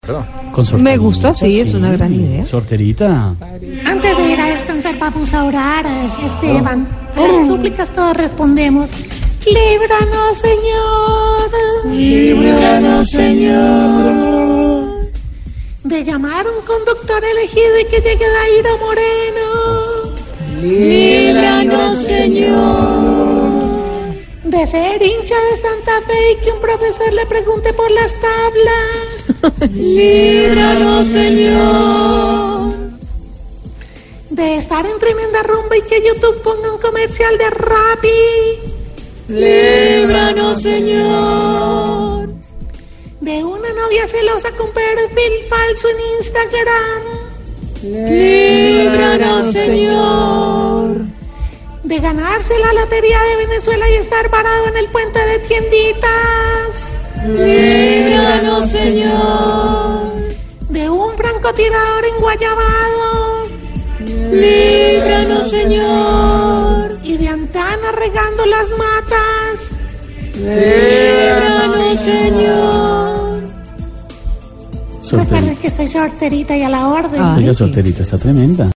Perdón. Con sorterita, Me gustó, sí, es una gran idea. Sorterita. Antes de ir a descansar, vamos a orar, eh, Esteban. A las súplicas todos respondemos. Líbranos, Señor. Líbranos, Señor. De llamar a un conductor elegido y que llegue Dairo Moreno. Líbranos, Señor. De ser hincha de Santa Fe y que un profesor le pregunte por las tablas. Líbranos, Señor. De estar en tremenda rumba y que YouTube ponga un comercial de Rappi. Líbranos, Señor. De una novia celosa con perfil falso en Instagram. Líbranos, Señor. De ganarse la lotería de Venezuela y estar parado en el puente de tienditas. Líbranos, Señor. De un francotirador en Guayabado. Líbranos, Señor. Y de Antana regando las matas. Líbranos, Señor. Recuerden Sorterita. que estoy sorterita y a la orden. Ah. Oiga, sorterita está tremenda.